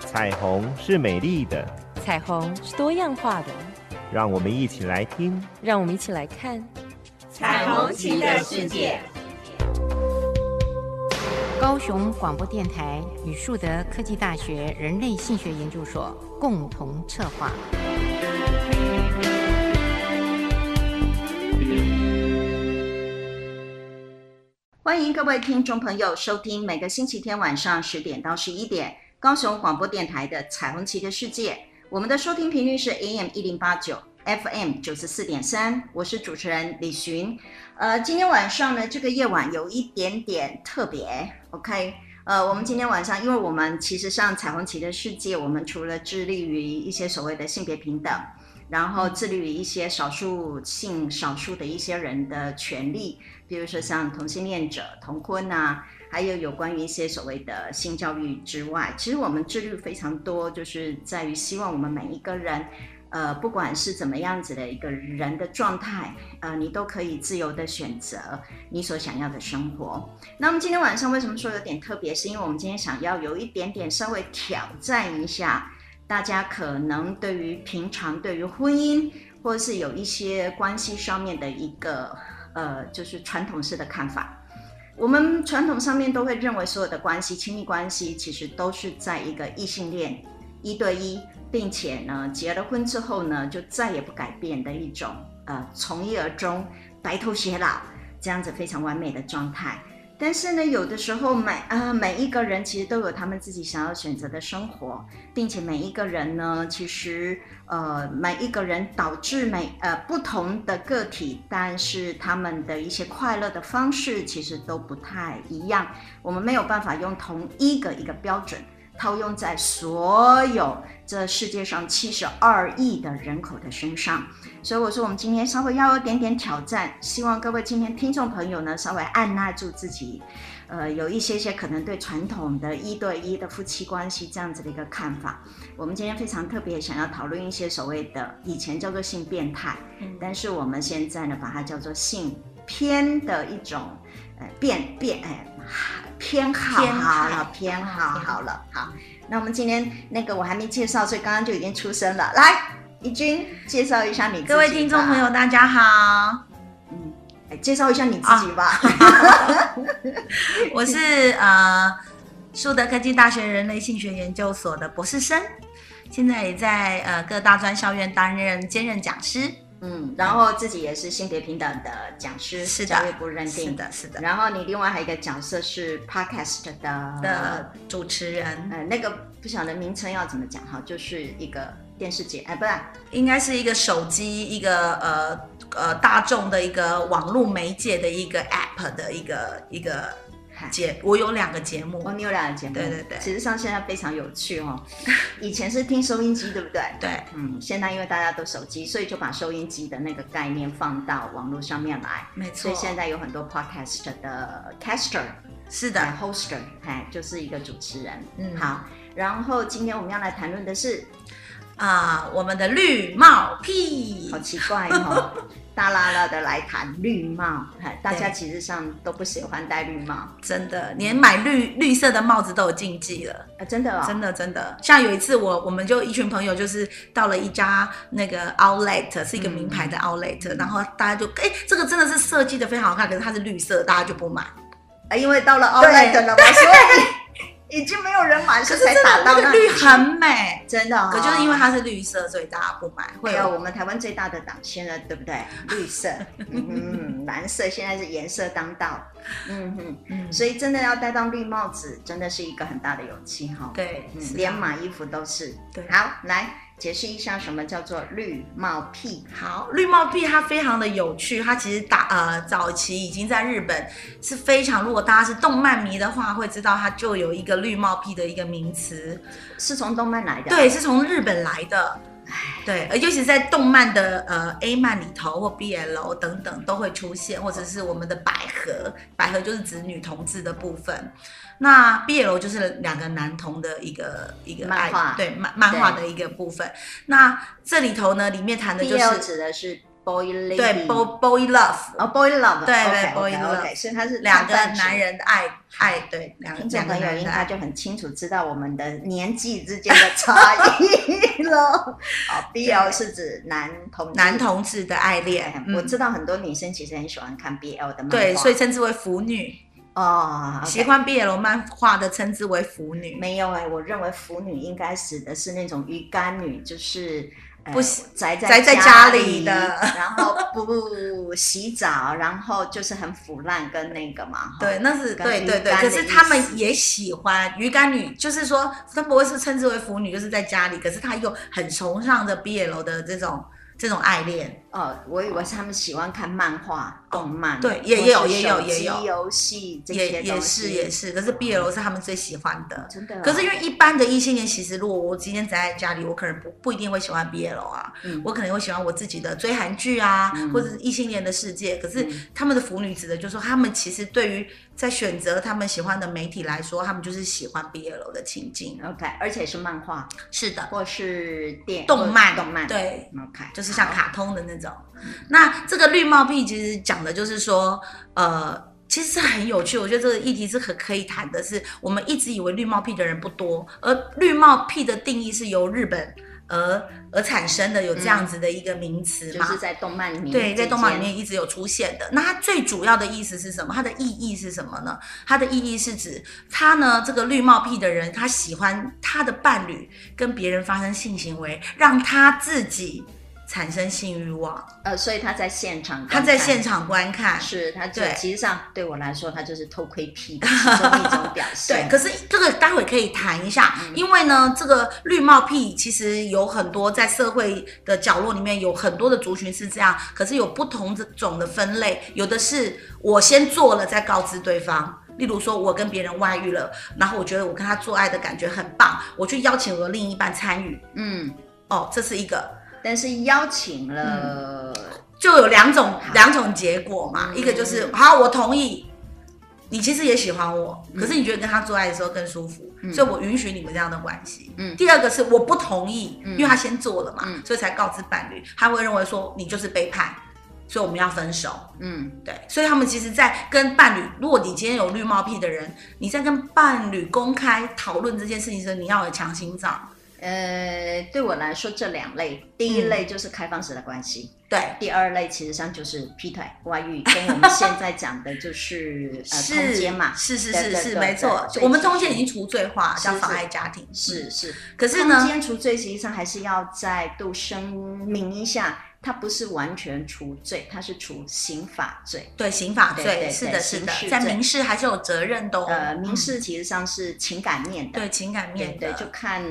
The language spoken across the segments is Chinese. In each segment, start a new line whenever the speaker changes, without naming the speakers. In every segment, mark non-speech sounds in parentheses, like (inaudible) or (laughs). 彩虹是美丽的，
彩虹是多样化的，
让我们一起来听。
让我们一起来看。
彩虹旗的世界。
高雄广播电台与树德科技大学人类性学研究所共同策划。
欢迎各位听众朋友收听每个星期天晚上十点到十一点高雄广播电台的《彩虹旗的世界》。我们的收听频率是 AM 一零八九，FM 九十四点三。我是主持人李寻。呃，今天晚上呢，这个夜晚有一点点特别，OK。呃，我们今天晚上，因为我们其实上《彩虹旗的世界》，我们除了致力于一些所谓的性别平等，然后致力于一些少数性少数的一些人的权利，比如说像同性恋者、同婚啊，还有有关于一些所谓的性教育之外，其实我们致力非常多，就是在于希望我们每一个人，呃，不管是怎么样子的一个人的状态，呃，你都可以自由的选择你所想要的生活。那么今天晚上为什么说有点特别？是因为我们今天想要有一点点稍微挑战一下。大家可能对于平常对于婚姻，或者是有一些关系上面的一个呃，就是传统式的看法。我们传统上面都会认为所有的关系，亲密关系其实都是在一个异性恋一对一，并且呢，结了婚之后呢，就再也不改变的一种呃，从一而终，白头偕老这样子非常完美的状态。但是呢，有的时候每啊、每一个人其实都有他们自己想要选择的生活，并且每一个人呢，其实呃每一个人导致每呃不同的个体，但是他们的一些快乐的方式其实都不太一样。我们没有办法用同一个一个标准套用在所有这世界上七十二亿的人口的身上。所以我说，我们今天稍微要有点点挑战，希望各位今天听众朋友呢，稍微按捺住自己，呃，有一些些可能对传统的一对一的夫妻关系这样子的一个看法。我们今天非常特别想要讨论一些所谓的以前叫做性变态，
嗯
但是我们现在呢，把它叫做性偏的一种，呃，变变哎偏好
偏
好
好
了偏好
偏好
好了好。那我们今天那个我还没介绍，所以刚刚就已经出声了，来。怡君，介绍一下你自己
各位听众
吧
朋友，大家
(laughs)
好，
嗯，哎介绍一下你自己吧。
我是呃树德科技大学人类性学研究所的博士生，现在也在呃各大专校院担任兼任讲师。
嗯，然后自己也是性别平等的讲师，
是的
教育部认
是
定。
的，是的，
然后你另外还有一个角色是 podcast 的
的主持人
呃，那个不晓得名称要怎么讲哈，就是一个电视节，哎，不是，
应该是一个手机一个呃呃大众的一个网络媒介的一个 app 的一个一个
嗨
节，我有两个节目
我，们有两个节目，
对对对
其实上现在非常有趣哦，以前是听收音机，对不对？
对，
嗯，现在因为大家都手机，所以就把收音机的那个概念放到网络上面来，
没
所
错
以，现在有很多 podcast 的 caster
是
的
的，
hoster，哎，就是一个主持人。
嗯
好，然后今天我们要来谈论的是，
啊、我们的绿帽屁
好，奇怪
(laughs)
哦，大啦啦的来谈绿帽，哎，大家其实上都不喜欢戴绿帽，啊
真的，连买绿绿色的帽子都有禁忌了，
呃，真的哦，
真的真的。像有一次我我们就一群朋友就是到了一家那个 outlet，是一个名牌
嗯
的 outlet，、然后大家就哎、这个真的是设计的非常好看，可是它是绿色，大家就不买。
呃因为到了 outlet
(laughs)
了嘛，所以已经没有人买，
可
所以
是
才
真的
打
那
到
个绿很
行，
美，
真的哦，
可就是因为它哦是绿色，所以大家不买。
会
会
有
有
我们台湾最大的党线了，对不对？绿
(laughs)
色，嗯，蓝色现在是颜色当道，嗯哼，
嗯，
所以真的要戴上绿帽子，真的是一个很大的勇气哈、
对，
嗯
是
连
的
买衣服都是。
对
好，来解释一下什么叫做绿帽癖。
好，绿帽癖它非常的有趣，它其实打呃早期已经在日本是非常，如果大家是动漫迷的话，会知道它就有一个绿帽癖的一个名词，
是从动漫来的。
对，，是从日本来的。对，呃尤其是在动漫的呃 A 漫里头或 BL 等等都会出现，或者是我们的百合，百合就是指女同志的部分，那 BL 就是两个男同的一个一个
漫
爱
画
对漫漫画的一个部分。那这里头呢，里面谈的就是
BL 指的是 boy lady，
对，boy boy love，
嗯哦 boy love，
对对
o
boy
k o k
love
所以他是
两个
大半
男
数。
人的爱爱，对，两
听众
两个
朋
男
友
人
应
的
该
爱。
就很清楚知道我们的年纪之间的差异
(laughs)
了。好，BL 是指男同志
男同志的爱恋
哎，
嗯
我知道很多女生其实很喜欢看 BL 的漫画，
对，所以称之为腐女。
哦，
喜欢 BL 漫画的称之为腐女，
没有哎、我认为腐女应该指的是那种鱼干女，就是。呃
不洗
宅在
宅在
家
家里的 (laughs)
然后不洗澡，然后就是很腐烂跟那个嘛。哈
对，，那是
跟
对
鱼
对对。
竿
可
的
是
意
他们
思
也喜欢鱼干女，就是说他不会是称之为腐女，就是在家里，可是他又很崇尚着 BL 的这种这种爱恋。
哦，我以为是他们喜欢看漫画、动漫，
对也
或
也有
是
也有
手
也
机
有
游戏这些
也也
东
是
西哦嗯
也是，可是 BL 是他们最喜欢的。
真的哦。
可是因为一般的异性恋，其实如果我今天宅在家里，我可能不不一定会喜欢 BL 啊，
嗯
我可能会喜欢我自己的追韩剧啊，
嗯
或者是异性恋的世界。可是
嗯
他们的腐女指的就是说，他们其实对于在选择他们喜欢的媒体来说，他们就是喜欢 BL 的情境。
OK，而且是漫画
是的，
或是电
动漫，
或动漫，
对，
，OK，
就是像
好
卡通的那种。那这个绿帽癖其实讲的就是说，呃，其实是很有趣。我觉得这个议题是很可以谈的是，我们一直以为绿帽癖的人不多，而绿帽癖的定义是由日本而而产生的，有这样子的一个名词
就
嘛。
是在动漫里面，
对，在动漫里面一直有出现的。那它最主要的意思是什么？它的意义是什么呢？它的意义是指他呢，这个绿帽癖的人，他喜欢他的伴侣跟别人发生性行为，让他自己产生性欲望。
呃，所以他在现场观
他
看，
在现场观看，
是他就
对
其实上对我来说，他就是偷窥癖
(laughs)
的其中一种表
对
现。，
可是这个待会可以谈一下，因为呢，这个绿帽癖其实有很多在社会的角落里面有很多的族群是这样，可是有不同的种的分类，有的是我先做了再告知对方。例如说，我跟别人外遇了，然后我觉得我跟他做爱的感觉很棒，我去邀请我的另一半参与，
嗯，
哦，这是一个，
但是邀请了，
就有两种两种结果嘛，
嗯
一个就是好，我同意，你其实也喜欢我，可是你觉得跟他做爱的时候更舒服，
嗯
所以我允许你们这样的关系。
嗯
第二个是我不同意，
嗯
因为他先做了嘛，
嗯
所以才告知伴侣，他会认为说你就是背叛，所以我们要分手。
嗯
对，所以他们其实，在跟伴侣，如果你今天有绿帽癖的人，你在跟伴侣公开讨论这件事情的时候，你要有强心脏。
呃，对我来说这两类，第
嗯
一类就是开放式的关系，
对，
第二类其实上就是劈腿、外遇，跟我们现在讲的
(laughs)
就是呃
是
通奸嘛，
是是
对
是
对
是，
对
没
对
错
所。以
我们
其实
通奸已经除罪化，
是
叫
是
妨碍家庭。
是是。
嗯可是
通
呢，
奸除罪实际上还是要再度声明一下，它不是完全除罪，它是除刑法罪。
对刑法
对对
罪
对
是的，是的
刑事，
在
罪
民事还是有责任的哦。
呃，民
嗯
事其实上是情感面的，
对情感面
对
的，
对，就看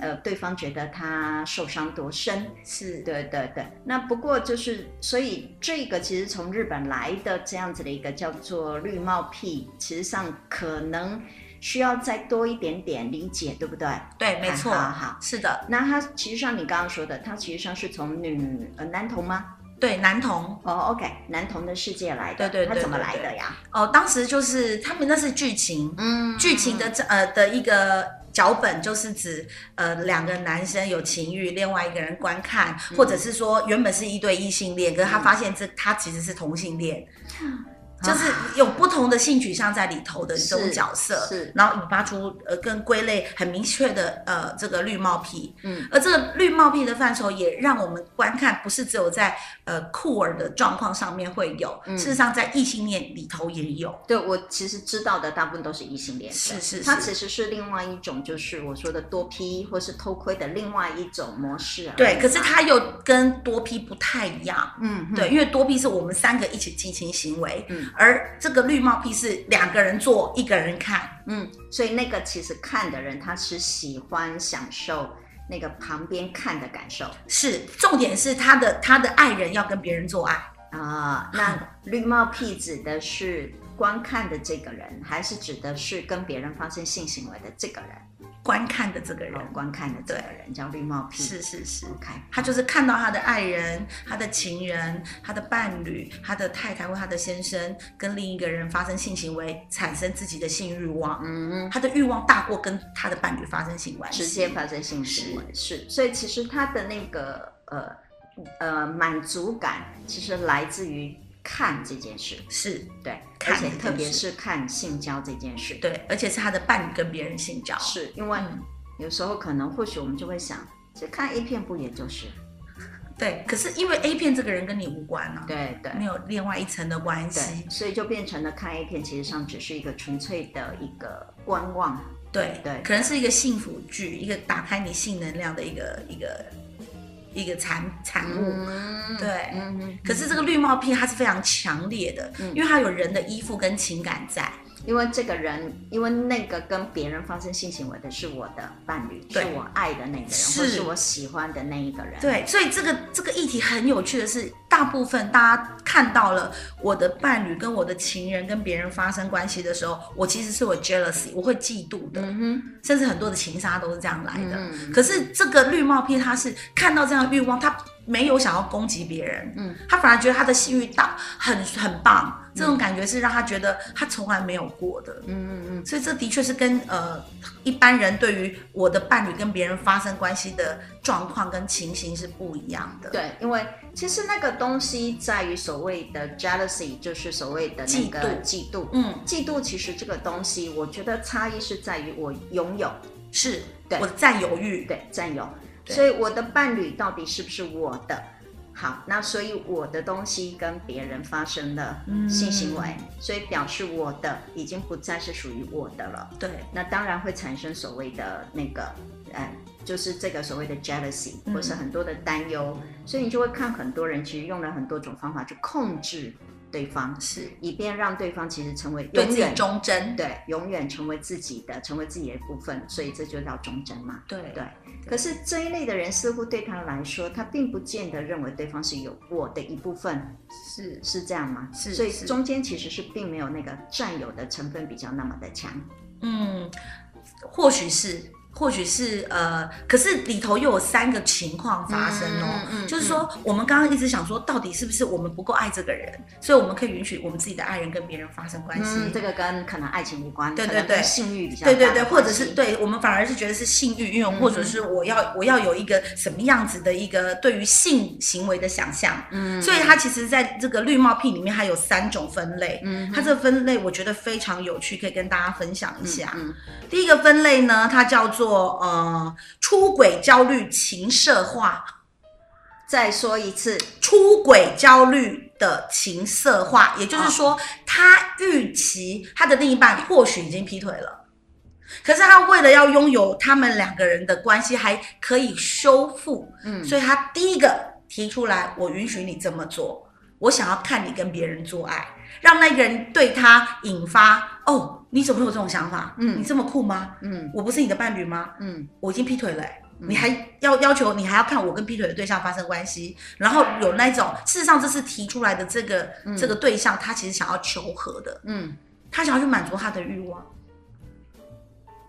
呃对方觉得他受伤多深。
是
对对对，那不过就是，所以这个其实从日本来的这样子的一个叫做绿帽癖，其实上可能需要再多一点点理解，对不对？
对，没错，
好好好
是的，
那它其实上你刚刚说的，它其实上是从女呃男童吗？
对男童
哦，OK，男童的世界来的，
对对对
他怎么
对
来
对
的呀？
哦，当时就是他们那是剧情，
嗯
剧情的这呃的一个。脚本就是指，呃，两个男生有情欲，另外一个人观看，
嗯
或者是说原本是一对异性恋，可是他
嗯
发现这他其实是同性恋，
啊
就是有不同的性取向在里头的这种
是
角色，
是
然后引发出呃更归类很明确的呃这个绿帽癖，
嗯
而这个绿帽癖的范畴也让我们观看，不是只有在呃酷儿的状况上面会有，
嗯
事实上在异性恋里头也有。
对我其实知道的大部分都是异性恋的，
是是
它
是
其实是另外一种，就是我说的多批或是偷窥的另外一种模式而已
对，可是
嘛
它又跟多批不太一样。
嗯
对，，因为多批是我们三个一起进行行为，
嗯
而这个绿帽癖是两个人做，一个人看，
嗯，所以那个其实看的人他是喜欢享受那个旁边看的感受
是重点是他的他的爱人要跟别人做爱，
啊、
(laughs)
那绿帽癖指的是观看的这个人，还是指的是跟别人发生性行为的这个人？
观看的这个人
然后，观看的这个人叫绿帽癖。
是是是。
，OK，
他就是看到他的爱人、他的情人、他的伴侣、他的太太或他的先生跟另一个人发生性行为，产生自己的性欲望，
嗯，
他的欲望大过跟他的伴侣发生性关系。
直接发生性行为是，所以其实他的那个呃呃满足感，其实来自于看这件事，
是
对，
看
而且
这件
特别
事
是看性交这件事，，
对，而且是他的伴侣跟别人性交，
是因为
嗯
有时候可能或许我们就会想，这看 A 片不也就是？
对。可是因为 A 片这个人跟你无关啊，
对对
没有另外一层的关系
对，，所以就变成了看 A 片，其实上只是一个纯粹的一个观望，
对
对
可能是一个幸福剧，一个打开你性能量的一个一个一个产产物。
嗯
对
嗯嗯
可是这个绿帽癖它是非常强烈的，
嗯
因为它有人的依附跟情感在，
因为这个人，因为那个跟别人发生性行为的是我的伴侣，是
对
我爱的那个人，
是
或是我喜欢的那一个人。，
对，所以这个这个议题很有趣的是，大部分大家看到了我的伴侣跟我的情人跟别人发生关系的时候，我其实是有 jealousy，我会嫉妒的，
嗯
甚至很多的情杀都是这样来
哼，
的。
嗯
可是这个绿帽癖，他是看到这样的欲望，他没有想要攻击别人，
嗯，
他反而觉得他的性欲大很很棒，这种感觉是让他觉得他从来没有过的。
嗯嗯
所以这的确是跟呃一般人对于我的伴侣跟别人发生关系的状况跟情形是不一样的。
嗯，，对，因为其实那个东西在于所谓的 jealousy，就是所谓的那个嫉妒。
嗯，
嫉妒其实这个东西，我觉得差异是在于我拥有，
是
对
我的占有欲。
对，占有。
对
所以我的伴侣到底是不是我的？好，那所以我的东西跟别人发生了
嗯
性行为，所以表示我的已经不再是属于我的了。
对，
那当然会产生所谓的那个，呃，就是这个所谓的 jealousy，
嗯
或是很多的担忧，所以你就会看很多人其实用了很多种方法去控制对方，
是
以便让对方其实成为
对
永
自己
远
忠贞。
对，永远成为自己的，成为自己的一部分，所以这就叫忠贞嘛。
对
对，可是这一类的人似乎对他来说，他并不见得认为对方是有我的一部分，
是
是这样吗？
是
所以
是
中间其实是并没有那个占有的成分比较那么的强。
嗯，或许是。或许是呃，可是里头又有三个情况发生哦，
嗯嗯嗯
就是说我们刚刚一直想说，到底是不是我们不够爱这个人，所以我们可以允许我们自己的爱人跟别人发生关系，
嗯，这个跟可能爱情无关，
对
可
对
能跟
对
性欲比较
对对
大
对，
的
或者
关系
是，嗯对我们反而是觉得是性欲运用，或者是我要我要有一个什么样子的一个对于性行为的想象。
嗯，
所以它其实在这个绿帽癖里面，它有三种分类。
嗯
它这个分类我觉得非常有趣，可以跟大家分享一下。
嗯
第一个分类呢，它叫做呃出轨焦虑情色化，
再说一次，
出轨焦虑的情色化，也就是说，他预期他的另一半或许已经劈腿了，可是他为了要拥有他们两个人的关系还可以修复，
嗯，
所以他第一个提出来，我允许你这么做，我想要看你跟别人做爱，让那个人对他引发哦，你怎么会有这种想法？
嗯
嗯，你这么酷吗？
嗯
我不是你的伴侣吗？
嗯
我已经劈腿了欸、
嗯
你还要要求你还要看我跟劈腿的对象发生关系，然后有那种，事实上这是提出来的这个、
嗯
这个对象，他其实想要求和的，
嗯，
他想要去满足他的欲望。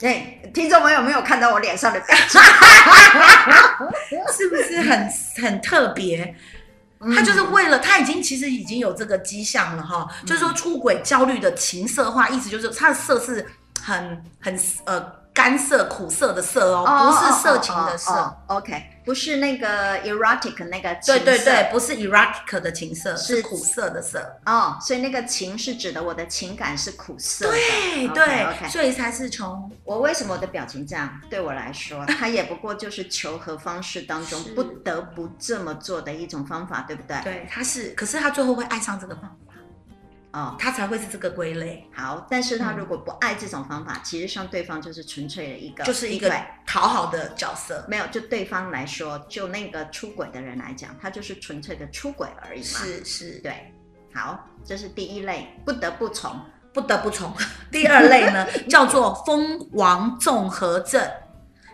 哎、听众朋友没有看到我脸上的表情，
是不是很 (laughs) 很特别？ (laughs) 他就是
嗯
为了他已经其实已经有这个迹象了哈，就是说出轨焦虑的情色化，意思就是他的色是很很呃干涩苦涩的涩哦，
哦
不是色情的色，
哦哦哦 OK，不是那个 erotic 那个情
对
色
对对，不是 erotic 的情色，
是
是苦涩的涩，
哦，所以那个情是指的我的情感是苦涩的。
对
OK，
对，
OK
所以才是从
我为什么我的表情这样？对我来说，它也不过就是求和方式当中
是
不得不这么做的一种方法，对不对？。
对他是，可是他最后会爱上这个方法，
哦，
他才会是这个归类，
好，但是他
嗯
如果不爱这种方法，其实上对方就是纯粹的一个，
就是一个
对
讨好的角色，
没有，就对方来说，就那个出轨的人来讲，他就是纯粹的出轨而已嘛。，
是是。
嗯对。好，这是第一类，不得不从。
不得不从。 (laughs) 第二类呢，叫做蜂王综合症。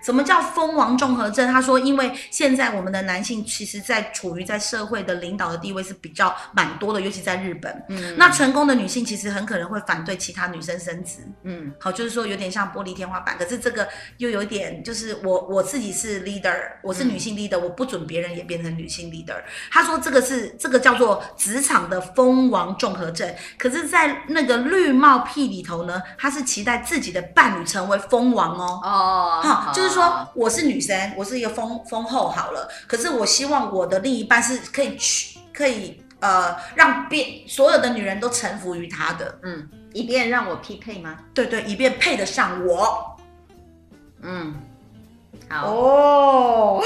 什么叫蜂王综合症？他说，因为现在我们的男性其实在处于在社会的领导的地位是比较蛮多的，尤其在日本。
嗯
那成功的女性其实很可能会反对其他女生升职，
嗯
好，就是说有点像玻璃天花板，可是这个又有点就是我我自己是 leader，我是女性 leader，、我不准别人也变成女性 leader。他说这个是这个叫做职场的蜂王综合症，可是，在那个绿帽癖里头呢，他是期待自己的伴侣成为蜂王哦。
哦
哈、就是说我是女生，我是一个丰丰厚好了，可是我希望我的另一半是可以去可以呃让别所有的女人都臣服于他的，
嗯，以便让我匹配吗？
对对，以便配得上我。
嗯，好，
哦，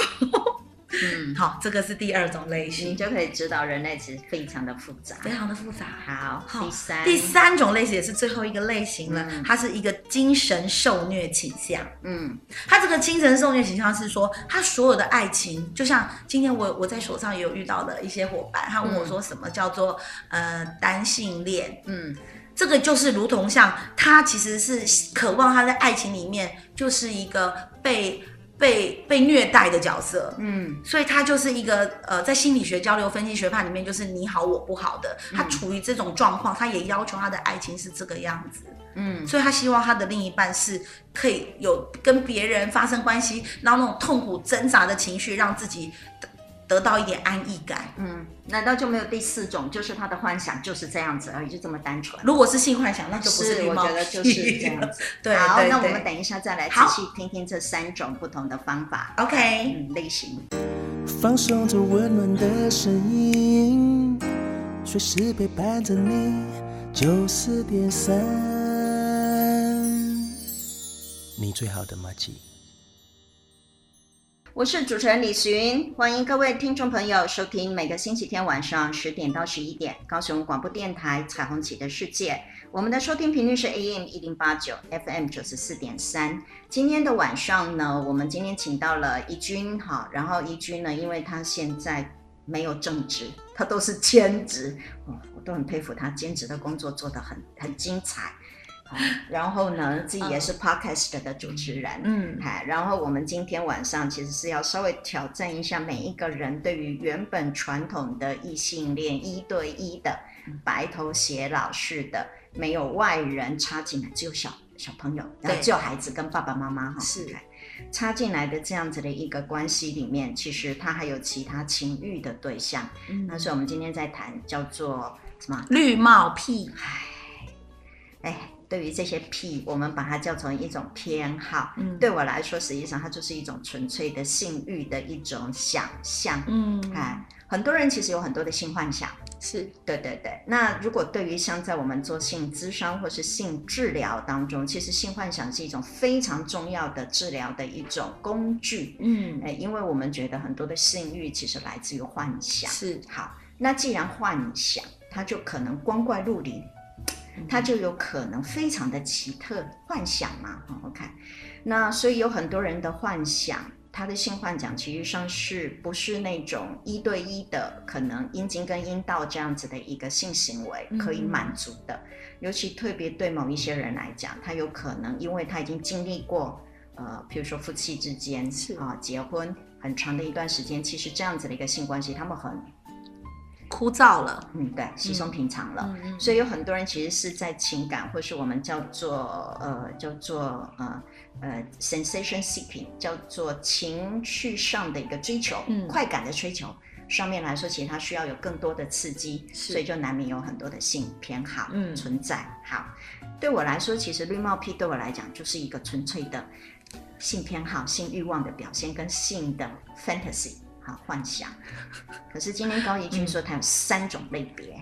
嗯，
好，这个是第二种类
你
型，
就可以知道人类其实非常的复杂。
非常的复杂。
好，
好
第三，
第，三种类型也是最后一个类型了，
嗯
它是一个精神受虐倾向。
嗯
他这个精神受虐倾向是说，他所有的爱情，就像今天我我在手上也有遇到的一些伙伴，他问我说什么叫做、呃单性恋，
嗯
这个就是如同像他其实是渴望他在爱情里面就是一个被被被虐待的角色，
嗯
所以他就是一个呃，在心理学交流分析学派里面，就是你好我不好的。他
嗯
处于这种状况，他也要求他的爱情是这个样子，
嗯
所以他希望他的另一半是可以有跟别人发生关系，然后那种痛苦挣扎的情绪，让自己得得到一点安逸感。
嗯，难道就没有第四种？就是他的幻想就是这样子而已，就这么单纯。
如果是性幻想，那就不是
是，
绿
我
帽
觉得就是这样子。
对
好，
对
那我
对
们等一下再来仔
好
细听听这三种不同的方法，
(laughs) OK，
嗯，类型。
放松着温暖的声音，随时陪伴着你。九四点三，你最好的马吉。
我是主持人李寻，欢迎各位听众朋友收听每个星期天晚上十点到十一点高雄广播电台《彩虹旗的世界》。我们的收听频率是 AM 一零八九，FM 九十四点三。今天的晚上呢，我们今天请到了怡君哈，然后怡君呢，因为他现在没有正职，他都是兼职，哦，我都很佩服他兼职的工作做得很很精彩。好然后呢，自己也是 podcast 的主持人，
嗯，
哎，然后我们今天晚上其实是要稍微挑战一下每一个人对于原本传统的异性恋一对一的
嗯
白头偕老式的，没有外人插进来，只有小小朋友，然后
对
只有孩子跟爸爸妈妈哈，
是
哎插进来的这样子的一个关系里面，其实他还有其他情欲的对象。
嗯
那所以我们今天在谈叫做什么？
绿帽癖，
哎，对于这些癖，我们把它叫成一种偏好。
嗯
对，我来说，实际上它就是一种纯粹的性欲的一种想象。
嗯，
哎，很多人其实有很多的性幻想。
是，
对对对，那如果对于像在我们做性咨商或是性治疗当中，其实性幻想是一种非常重要的治疗的一种工具。
嗯，
哎，因为我们觉得很多的性欲其实来自于幻想。
是，
好，那既然幻想，它就可能光怪陆离，
嗯
它就有可能非常的奇特。幻想嘛，哦，OK，那所以有很多人的幻想。他的性幻想其实上是不是那种一对一的，可能阴茎跟阴道这样子的一个性行为
嗯
可以满足的，尤其特别对某一些人来讲，他有可能因为他已经经历过呃，譬如说夫妻之间
是
啊、结婚很长的一段时间，其实这样子的一个性关系，他们很
枯燥了，
嗯，对，稀松平常了。
嗯嗯
所以有很多人其实是在情感，或是我们叫做呃叫做呃呃 sensation seeking，叫做情绪上的一个追求，
嗯
快感的追求上面来说，其实它需要有更多的刺激，
是
所以就难免有很多的性偏好
嗯
存在。好，对我来说，其实绿帽癖对我来讲就是一个纯粹的性偏好、性欲望的表现跟性的 fantasy 好幻想。可是今天高怡君说
嗯
它有三种类别。 (laughs)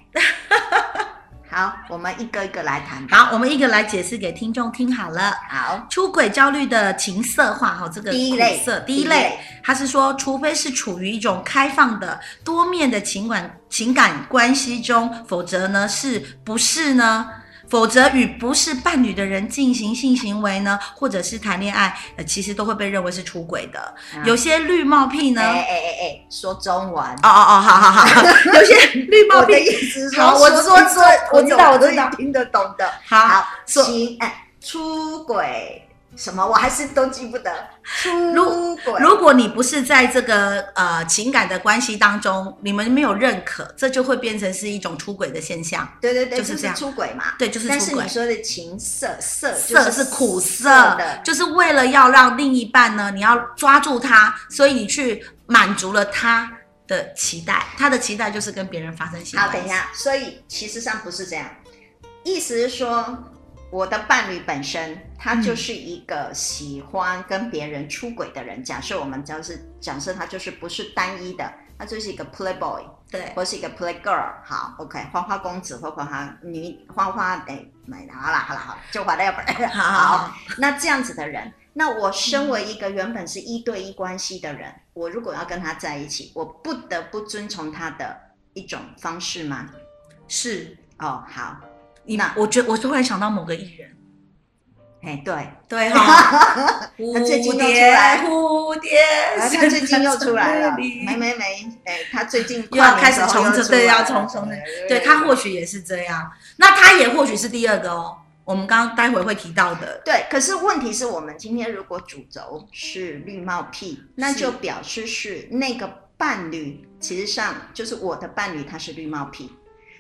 好，我们一个一个来谈吧。
好，我们一个来解释给听众听好了。
好，
出轨焦虑的情色化，哈，这个
第一类
苦涩第
第一
一
类
类，他是说，除非是处于一种开放的多面的情感情感关系中，否则呢，是不是呢？否则与不是伴侣的人进行性行为呢，或者是谈恋爱，呃，其实都会被认为是出轨的。有些绿帽癖呢，
啊哎哎哎哎，说中文。
哦哦哦，好好好， (laughs) 有些绿帽
我的
癖
意
(laughs)
思是
好
说，
我
说
说
中
说我知道我知道
我听得懂的。
好
好，
说
情哎，出轨什么，我还是都记不得。出
如
轨，
如果你不是在这个呃情感的关系当中，你们没有认可，这就会变成是一种出轨的现象。
对对对，
就是
就
这
是
样
出轨嘛。
对，就是
但
出
是
轨
你。说的情色，色色
色是苦
涩
涩
的，，
就是为了要让另一半呢，你要抓住他，所以你去满足了他的期待，他的期待就是跟别人发生性
好，
关系。
等一，下，所以其实上不是这样，意思是说，我的伴侣本身他就是一个喜欢跟别人出轨的人，假设我们假设假设他就是不是单一的，他就是一个 playboy
对，
或是一个 playgirl。好，OK，花花公子或花花女花花哎，没好啦好啦好啦，就 whatever。 (laughs)
好好好，
那这样子的人，那我身为一个原本是一对一关系的人，我如果要跟他在一起，我不得不遵从他的一种方式吗？
是
哦，好，
你
那
我觉我突然想到某个艺人，
哎，对， (laughs)
对哈，
他最近
蝴
又
蝶
出来
蝴蝶，
啊，他最近又出来了，
生在
没没没，哎，他最近
又要
跨年
开始
的时候
重
又
整，
出
对，
来
要
了
重重整，
对
对他或许也是这样，那他也或许是第二个哦，我们刚刚待会会提到的，
对，可是问题是我们今天如果主轴是绿帽癖，那
是
就表示是那个伴侣，其实上就是我的伴侣他是绿帽癖，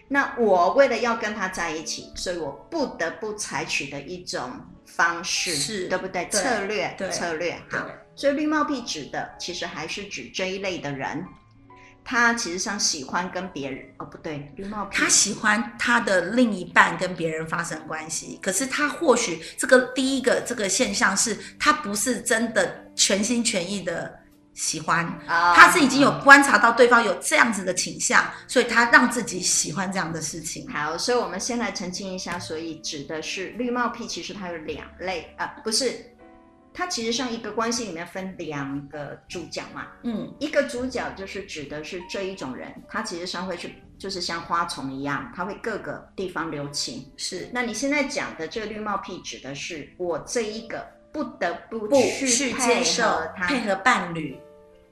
那我为了要跟他在一起，所以我不得不采取的一种方式，
是
对不对？
对
策略
对，
策略，
对
好。所以绿帽癖指的其实还是指这一类的人，他其实上喜欢跟别人，哦不对，绿帽癖
他喜欢他的另一半跟别人发生关系，可是他或许这个第一个这个现象是，他不是真的全心全意的喜欢，
啊
他是已经有观察到对方有这样子的倾向，所以他让自己喜欢这样的事情。
好，所以我们先来澄清一下，所以指的是绿帽癖，其实它有两类啊、不是，它其实上一个关系里面分两个主角嘛，
嗯，
一个主角就是指的是这一种人，他其实上会去就是像花丛一样，他会各个地方留情。
是
那你现在讲的这个绿帽癖指的是我这一个不得不
不
去
去接
配
受
合他
配合伴侣，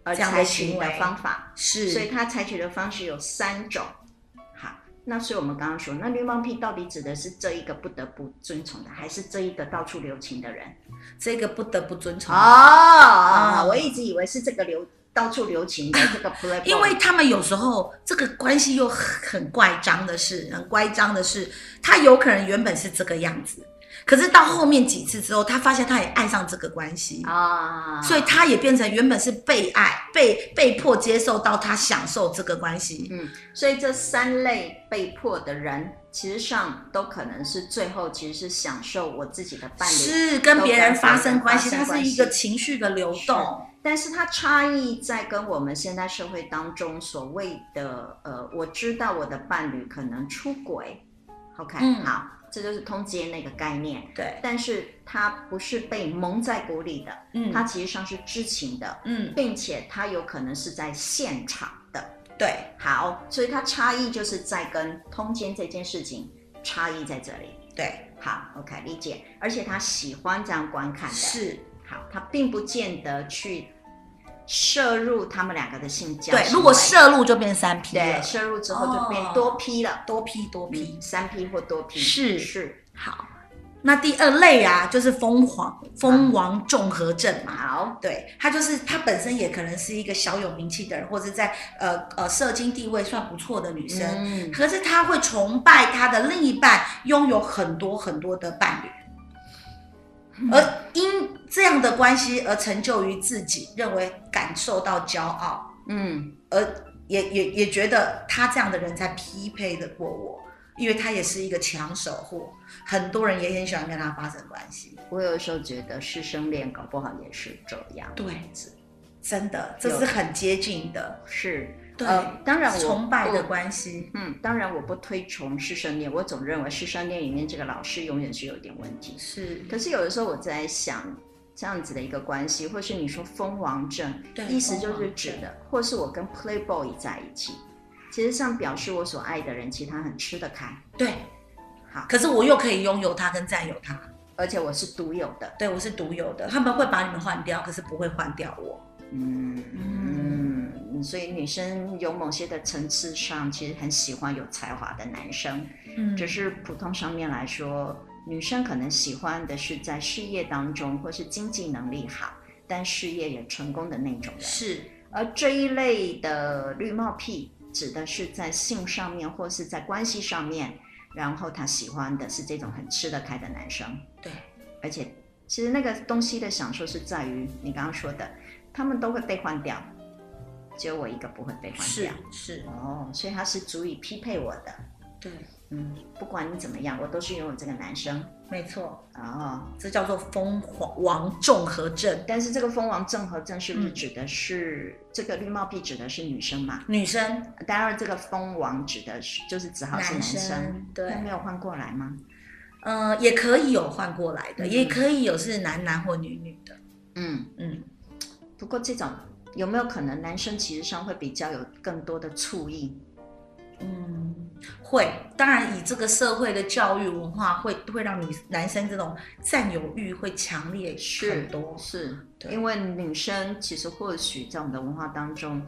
而
这样的
采取
行
的
为
方法，
是
所以他采取的方式有三种。好，那所以我们刚刚说，那绿帽癖到底指的是这一个不得不遵从的，还是这一个到处留情的人？
这个不得不遵从。
哦我一直以为是这个留到处留
(laughs)
情的这个 play，
因为他们有时候这个关系又很怪张的是，很乖张的是，他有可能原本是这个样子，可是到后面几次之后，他发现他也爱上这个关系，
啊，
所以他也变成原本是被爱、被被迫接受到他享受这个关系。
嗯，所以这三类被迫的人，其实上都可能是最后其实是享受我自己的伴侣，
是跟别人发生关系，
都跟别人发
它
生关
是
系
一个情绪的流动，
但是它差异在跟我们现代社会当中所谓的呃，我知道我的伴侣可能出轨，OK，、
嗯
好，这就是通奸那个概念。
对，
但是它不是被蒙在鼓里的，
嗯
它其实上是知情的，
嗯，
并且它有可能是在现场的。
对
好，所以它差异就是在跟通奸这件事情差异在这里。
对
好，OK，理解。而且他喜欢这样观看的，
是，
好，他并不见得去摄入他们两个的性交行为。
对。如果摄入就变三 P
对
了，
摄入之后就变
哦
多批了，
多 P 多 P
嗯，三批或多批
是
是
好，那第二类啊，就是疯狂疯王综合症嘛。
好
对他就是他本身也可能是一个小有名气的人，或者在呃呃社经地位算不错的女生，
嗯
可是他会崇拜他的另一半拥有很多很多的伴侣，而因这样的关系而成就于自己，认为感受到骄傲，
嗯
而也也也觉得他这样的人才匹配的过我，因为他也是一个抢手货，很多人也很喜欢跟他发生关系。
我有时候觉得师生恋搞不好也是这样，
对，真的，这是很接近的，
是
对
呃，当然我
崇拜的
我
关系。
嗯，当然我不推崇师生恋，我总认为师生恋里面这个老师永远是有点问题。
是
可是有的时候我在想，这样子的一个关系，或是你说蜂王症
对，
意思就
蜂王
是
症
指的，或是我跟 Playboy 在一起，其实上表示我所爱的人，其实他很吃得开，
对，
好，
可是我又可以拥有他跟占有他，
而且我是独有的，
对我是独有的。他们会把你们换掉，可是不会换掉我。
嗯
嗯
嗯，所以女生有某些的层次上，其实很喜欢有才华的男生，
嗯
只是普通上面来说，女生可能喜欢的是在事业当中或是经济能力好，但事业也成功的那种人。
是
而这一类的绿帽癖，指的是在性上面或是在关系上面，然后他喜欢的是这种很吃得开的男生，
对，
而且其实那个东西的享受是在于你刚刚说的，他们都会被换掉，只有我一个不会被换
是
掉。
是，
哦，所以他是足以匹配我的，
对，
嗯，不管你怎么样，我都是拥有这个男生。
没错，
哦，
这叫做蜂王综合症。
但是这个蜂王症和症是不是
嗯
指的是、这个绿帽癖指的是女生嘛？
女生，
当然，这个蜂王指的是就是只好是
男
男生，嗯
生对
那没有换过来吗？
呃，也可以有换过来的，
嗯
也可以有是男男或女女的。
嗯，
嗯，
不过这种有没有可能男生其实上会比较有更多的醋意？
嗯，会，当然以这个社会的教育文化会会让女男生这种占有欲会强烈很多。
是
对
因为女生其实或许在我们的文化当中，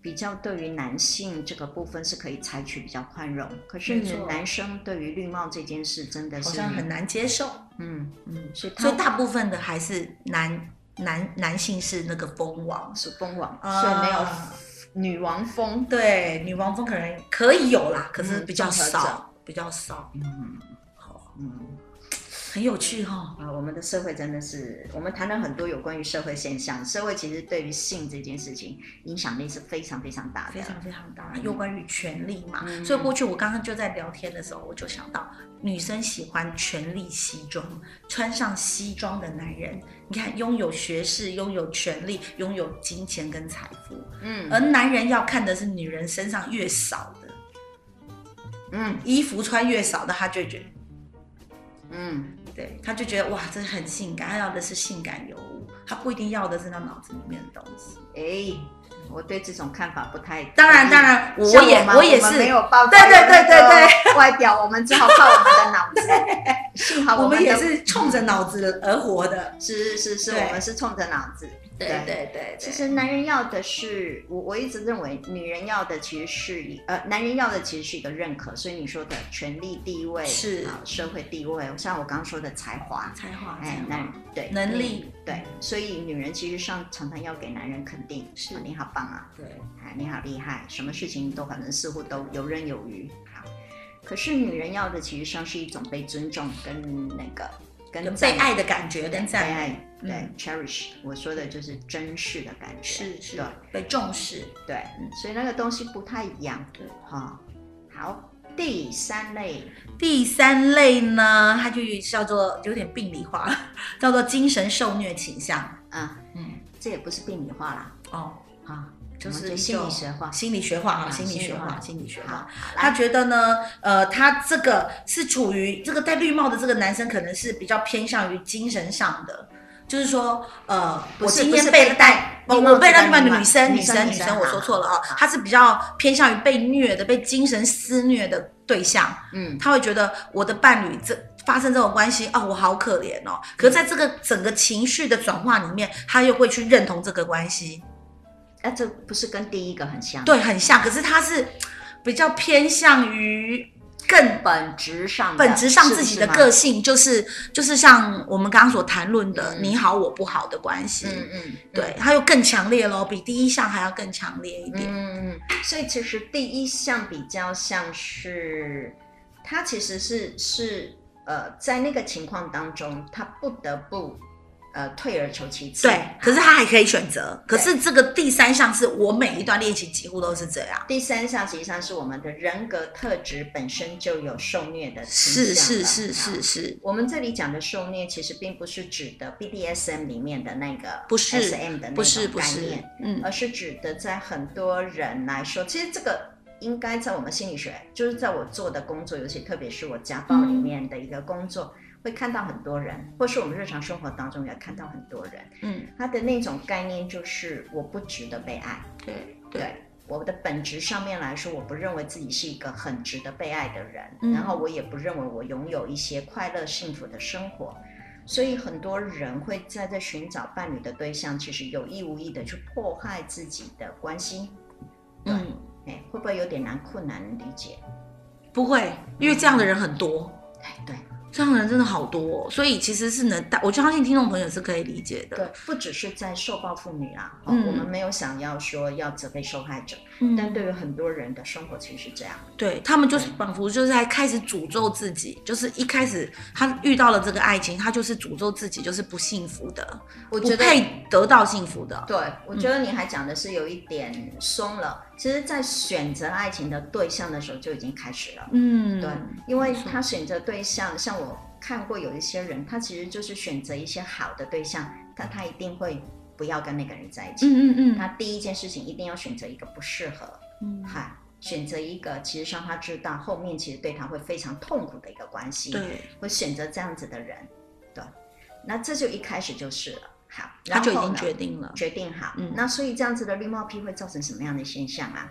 比较对于男性这个部分是可以采取比较宽容，可是
没错
男生对于绿帽这件事真的是
好像很，难接受，
嗯，
嗯，
所以他
所以大部分的还是男男男性是那个蜂王，
是蜂王，
啊
所以没有女王风。
对，女王蜂可能可以有啦，可是
嗯
比较
综合症
少，比较少，
嗯
好
嗯
很有趣哈、
啊，我们的社会真的是，我们谈了很多有关于社会现象，社会其实对于性这件事情影响力是非常非常大的。
非常非常大，有关于权利嘛。
嗯
所以过去我刚刚就在聊天的时候，我就想到，女生喜欢权力西装，穿上西装的男人，你看拥有学识、拥有权力、拥有金钱跟财富，
嗯
而男人要看的是女人身上越少的
嗯
衣服穿越少的，他就觉得，
嗯
对，他就觉得哇，这很性感，他要的是性感尤物，他不一定要的是他脑子里面的东西。
哎、我对这种看法不太。
当然，当，然，我也
嗯像们
也
们
是
没有报
对对对对对。
对， (laughs) 外表我们只好靠我们的脑子。
(laughs)
幸好
我
们
们
的
也是冲着脑子而活的。呃
是是是，
对
我们是冲着脑子。
对对
其实男人要的是，我我一直认为女人要的其实是一呃，男人要的其实是一个认可，所以你说的权力地位
是
啊、社会地位，像我刚刚说的才华，
才华，
哎
才，
男
华，
对嗯
能力
对，所以女人其实上常常要给男人肯定，
是
啊你好棒啊，
对，
啊你好厉害，什么事情都可能似乎都游刃有余。好，可是女人要的其实上是一种被尊重跟那个跟
有
赞
被
美
爱的感觉跟
被
赞美，
爱，对、c h e r i s h 我说的就是珍视的感觉，
是是
对，
被重视。
对
嗯，
所以那个东西不太一样，
对
哈、好，第三类，
第三类呢，它就叫做有点病理化，叫做精神受虐倾向。
啊，
嗯，
这也不是病理化啦，
哦，
啊，
就是
我们
一
心理
种
学化，
心理学化啊，
啊
心理学化，
心
心理学
好
化。，
好
他
来，
觉得呢，呃，他这个是处于这个戴绿帽的这个男生，可能是比较偏向于精神上的，就是说，呃，
不
我
是
今
不
天
是
被
被戴
戴，我
绿帽
我被
子的
戴绿帽
女
的女生，
女
女
生
生，女
女
生，
生
我
好
说错了
好
啊
好，
他是比较偏向于被虐的、被精神施虐的对象，
嗯
他会觉得我的伴侣这。发生这种关系哦，我好可怜哦。可是在这个整个情绪的转化里面，他又会去认同这个关系，
那、这不是跟第一个很像，，
对，很像。可是他是比较偏向于更
本质上的
本质上自己的个
性，
性就是就是像我们刚刚所谈论的
嗯
你好我不好的关系，
嗯嗯，
对，它又更强烈咯，比第一项还要更强烈一点。
嗯，所以其实第一项比较像是，他其实是是呃，在那个情况当中，他不得不呃退而求其次。
对，可是他还可以选择。可是这个第三项是我每一段恋情几乎都是这样，
第三项实际上是我们的人格特质本身就有受虐的倾向
是
了
是是。是
啊
是，
我们这里讲的受虐，其实并不是指的 BDSM 里面的那个
不是
SM 的那
不是
种
不
概
是
念，，
嗯，
而是指的在很多人来说，其实这个应该在我们心理学，就是在我做的工作，尤其特别是我家暴里面的一个工作，会看到很多人，或是我们日常生活当中也看到很多人，
嗯，
他的那种概念就是我不值得被爱，
对
对。我的本质上面来说，我不认为自己是一个很值得被爱的人，
嗯
然后我也不认为我拥有一些快乐幸福的生活，所以很多人会在这寻找伴侣的对象，其实有意无意的去迫害自己的关系，
嗯，
哎，会不会有点难困难理解？
不会，因为这样的人很多。
哎，对
这样的人真的好多哦、所以其实是能带，我相信听众朋友是可以理解的。
对，不只是在受暴妇女啦，哦
嗯
我们没有想要说要责备受害者，
嗯
但对于很多人的生活其实是这样，
对他们就是
对
仿佛就是在开始诅咒自己，就是一开始他遇到了这个爱情，他就是诅咒自己，就是不幸福的，
我
不配得到幸福的。嗯
对，我觉得你还讲的是有一点松了，其实，在选择爱情的对象的时候就已经开始了。
嗯，
对，因为
没错
他选择对象，像我看过有一些人，他其实就是选择一些好的对象，但他一定会不要跟那个人在一起。
嗯嗯
他第一件事情一定要选择一个不适合，
嗯，
哈，选择一个其实让他知道后面其实对他会非常痛苦的一个关系。，
对，
会选择这样子的人，对，那这就一开始就是了。好，
他就已
然后
经
呢
决定了。
决定好，
嗯
那所以这样子的绿帽癖会造成什么样的现象啊？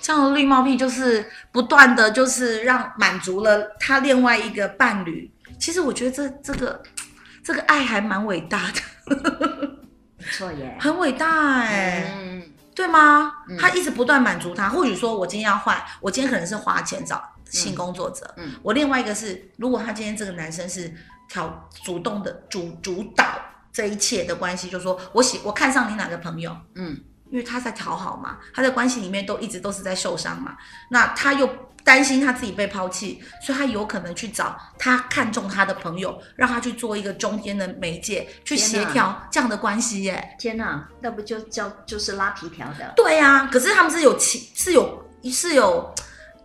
这样的绿帽癖就是不断的就是让满足了他另外一个伴侣。其实我觉得这这个这个爱还蛮伟大的，
不错耶，
很伟大哎、
嗯，
对吗
嗯？
他一直不断满足他，或许说我今天要换，我今天可能是花钱找性工作者，
嗯嗯
我另外一个是，如果他今天这个男生是挑主动的主主导这一切的关系，就说我喜我看上你哪个朋友，
嗯，
因为他在讨好嘛，他在关系里面都一直都是在受伤嘛，那他又担心他自己被抛弃，所以他有可能去找他看中他的朋友，让他去做一个中间的媒介，去
天
协
哪
调这样的关系耶、
天哪，那不就叫就是拉皮条的？
对呀、可是他们是有情是有是有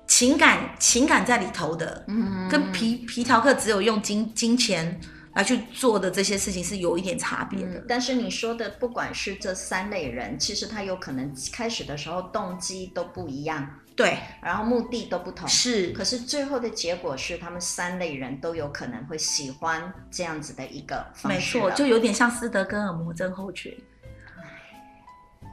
情感情感在里头的，
嗯
跟皮皮条客只有用金金钱来去做的这些事情是有一点差别的。
嗯，但是你说的，不管是这三类人，其实他有可能开始的时候动机都不一样，
对，
然后目的都不同，
是
哦可是最后的结果是，他们三类人都有可能会喜欢这样子的一个方
没
式
错，
了
就有点像斯德哥尔摩症候群，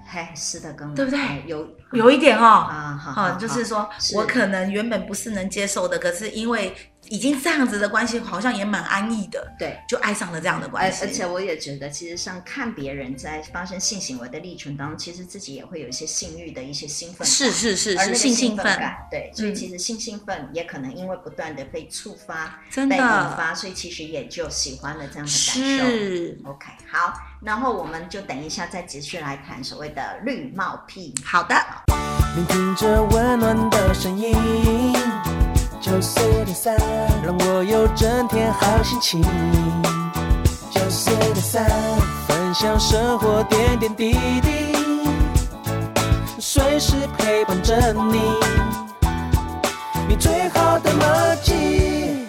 嗨，是的，跟哎
对不对
有
有一点哦。
啊，好
啊、就是说
是
我可能原本不是能接受的，可是因为已经这样子的关系，好像也蛮安逸的，
对。
就爱上了这样的
而
关系。
而且我也觉得，其实像看别人在发生性行为的历程当中，其实自己也会有一些性欲的一些兴奋感，
是是是
而那
是
个
性
兴
兴奋，
感，对，所以
嗯
其实性兴奋也可能因为不断的被触发、
真
被引
的
发，所以其实也就喜欢了这样的感受。
是
OK，好，然后我们就等一下再继续来谈所谓的绿帽癖。
好的。
聆听着温暖的声音，九四点三，让我有整天好心情。九四点三，分享生活点点滴滴，随时陪伴着你，你最好的默契。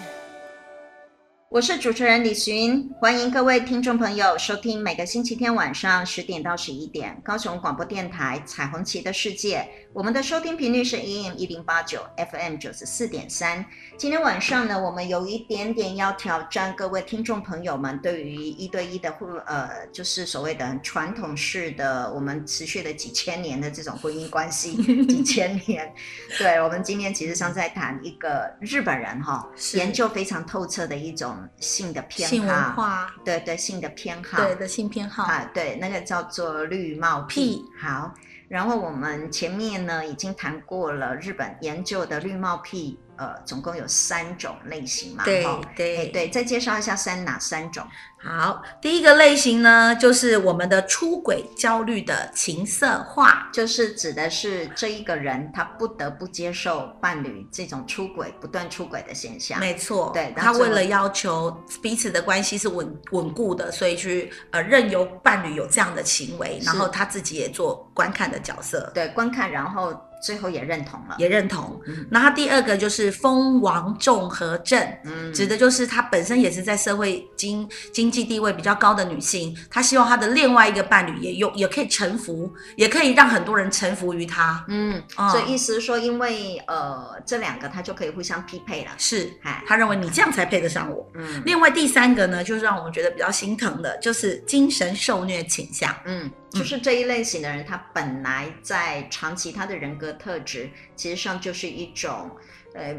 我是主持人李寻，欢迎各位听众朋友收听每个星期天晚上十点到十一点高雄广播电台《彩虹旗的世界》。我们的收听频率是 AM 一零八九 FM 九十四点三。今天晚上呢，我们有一点点要挑战各位听众朋友们对于一对一的互呃，就是所谓的传统式的我们持续了几千年的这种婚姻关
(laughs)
系，几千年对，我们今天其实上次在谈一个日本人哈、
是
研究非常透彻的一种性的偏好，
性文化，
对对性的偏好，
对的性偏好，
啊，对，那个叫做绿帽癖
癖。
好，然后我们前面呢已经谈过了日本研究的绿帽癖，呃，总共有三种类型嘛，
对
哈哎
对
对，再介绍一下三哪三种？
好，第一个类型呢，就是我们的出轨焦虑的情色化，
就是指的是这一个人他不得不接受伴侣这种出轨、不断出轨的现象。
没错，
对然
他
后
为了要求彼此的关系是稳稳固的，所以去呃任由伴侣有这样的行为，
是
然后他自己也做观看的角色，
对，观看，然后最后也认同了。
也认同
嗯。
那他第二个就是蜂王综合症，
嗯
指的就是她本身也是在社会经经济地位比较高的女性，她希望她的另外一个伴侣也用也可以臣服，也可以让很多人臣服于她。
嗯，
嗯
所以意思是说，因为呃这两个它就可以互相匹配了。
是
哎，
她认为你这样才配得上我。
嗯
另外第三个呢，就是让我们觉得比较心疼的，就是精神受虐倾向。
嗯，就是这一类型的人，他本来在长期他的人格特质，其实上就是一种，呃，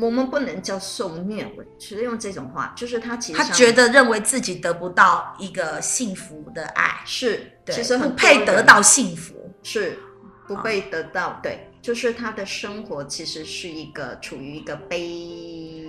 我们不能叫受虐，我只是用这种话，就是他其实
她
上
觉得认为自己得不到一个幸福的爱，
是，
对，
其实
不
很
配
多
得
人
到幸福。
是不
啊
被得到，对，就是他的生活其实是一个处于一个悲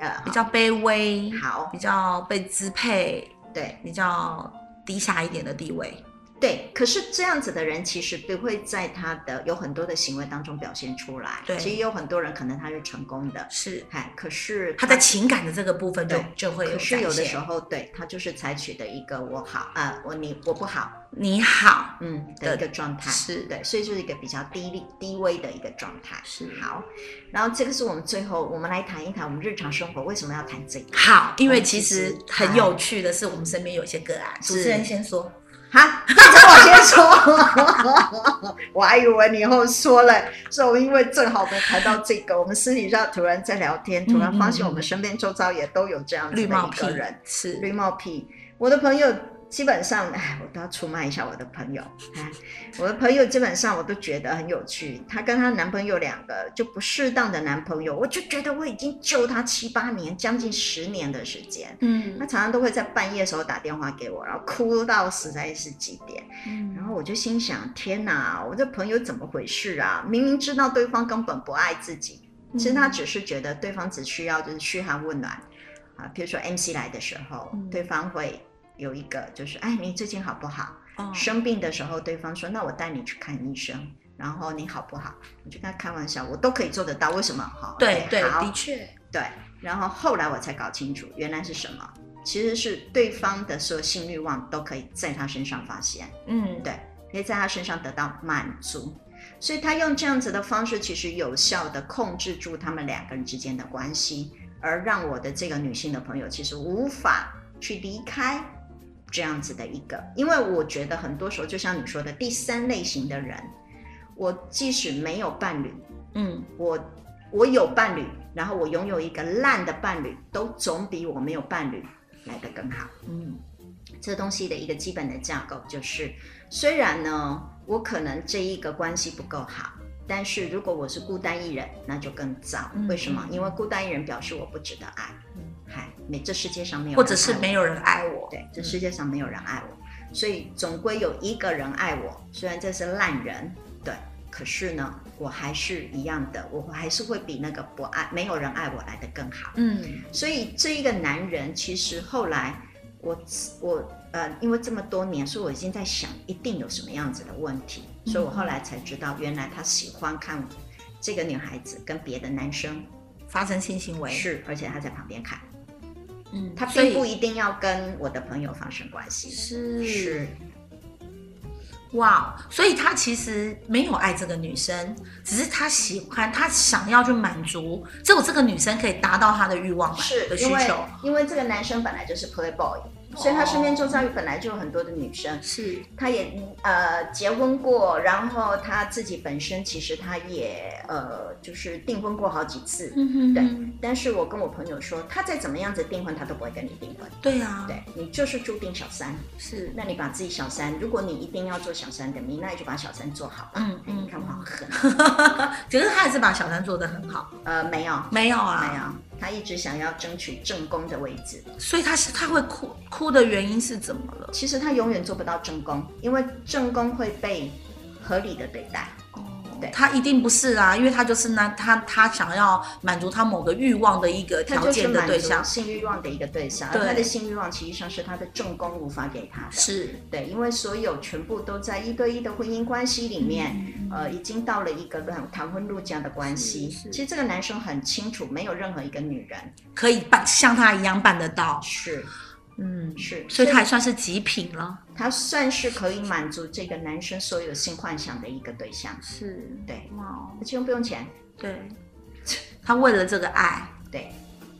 呃
比较卑微，
好
比较被支配，
对
比较低下一点的地位。
对，可是这样子的人其实不会在他的有很多的行为当中表现出来。
对
其实有很多人可能他是成功的，
是
哎，可是
他在情感的这个部分就
对
就会有
可是
展
有的
现
时候，对他就是采取的一个我好啊、我你我不好，
你好，
嗯的一
的
个状态，
是
对，所以就是一个比较低利低微的一个状态。
是
好，然后这个是我们最后我们来谈一谈我们日常生活为什么要谈这个。
好，因为
其
哦其实
实
很
啊
有趣的是，我们身边有一些个案，主持
是
人先说，
好，这个我先说， (laughs) 我还以为你以后说了，所以因为正好我们谈到这个，我们私底下突然在聊天，突然发现我们身边周遭也都有这样子的
嗯绿帽
一
屁
个人，
是
绿帽癖。我的朋友基本上，哎，我都要出卖一下我的朋友。哎，我的朋友基本上我都觉得很有趣。她跟她男朋友两个就不适当的男朋友，我就觉得我已经救她七八年，将近十年的时间。
嗯
她常常都会在半夜的时候打电话给我，然后哭到实在是几点。
嗯
然后我就心想：天哪，我这朋友怎么回事啊？明明知道对方根本不爱自己，
嗯
其实他只是觉得对方只需要就是嘘寒问暖啊，比如说 MC 来的时候，
嗯
对方会有一个就是哎，你最近好不好？
哦
生病的时候，对方说那我带你去看医生，然后你好不好？我就跟他开玩笑，我都可以做得到，为什么？好，
对对，
好
的确，
对。然后后来我才搞清楚，原来是什么，其实是对方的所有性欲望都可以在他身上发现。
嗯，
对，可以在他身上得到满足。所以他用这样子的方式，其实有效的控制住他们两个人之间的关系，而让我的这个女性的朋友其实无法去离开这样子的一个，因为我觉得很多时候，就像你说的，第三类型的人，我即使没有伴侣，
嗯，
我我有伴侣，然后我拥有一个烂的伴侣，都总比我没有伴侣来得更好。
嗯，
这东西的一个基本的架构就是，虽然呢，我可能这一个关系不够好，但是如果我是孤单一人，那就更糟。
嗯
为什么？
嗯
因为孤单一人表示我不值得爱
嗯，
嗨、没这世界上没有人爱我，
或者是没有人爱我，嗯
对，这世界上没有人爱我，所以总归有一个人爱我。虽然这是烂人，对，可是呢，我还是一样的，我还是会比那个不爱、没有人爱我来的更好。
嗯，
所以这一个男人，其实后来我我呃，因为这么多年，所以我已经在想，一定有什么样子的问题，所以我后来才知道，原来他喜欢看这个女孩子跟别的男生
发生性行为，
是，而且他在旁边看，
嗯，
他
所以
并不一定要跟我的朋友发生关系，
是
是
哇，所以他其实没有爱这个女生，只是他喜欢，他想要去满足，只有这个女生可以达到他的欲望
是
的需
因为
求，
因为这个男生本来就是 playboy，所以他身边周遭本来就有很多的女生，
是
他也呃结婚过，然后他自己本身其实他也呃就是订婚过好几次，
嗯
对。但是我跟我朋友说，他再怎么样子订婚，他都不会跟你订婚。
对啊，
对你就是注定小三，
是， (laughs)
那你把自己小三，如果你一定要做小三的你，那你就把小三做好吧。
嗯
哎你
嗯，
看我好狠，
可是他还是把小三做得很好，
呃，没有，
没有啊，
没有，他一直想要争取正宫的位置，
所以他是他会哭哭的原因是怎么了？
其实他永远做不到正宫，因为正宫会被合理的对待。对
他一定不是啊，因为他就是那他他想要满足他某个欲望的一个
他
条
就是
件的
满
对
足
象，
性欲望的一个对象，而
对
他的性欲望其实上是他的正宫无法给他的。
是
对，因为所有全部都在一对一的婚姻关系里面，呃，已经到了一个谈谈婚论嫁的关系。
是是
其实这个男生很清楚，没有任何一个女人
可以办像他一样办得到，
是
嗯，
是，
所以他也算是极品了，
他算是可以满足这个男生所有性幻想的一个对象，
是
对，
哇哦，
而且又不用钱，
对，他为了这个爱，
对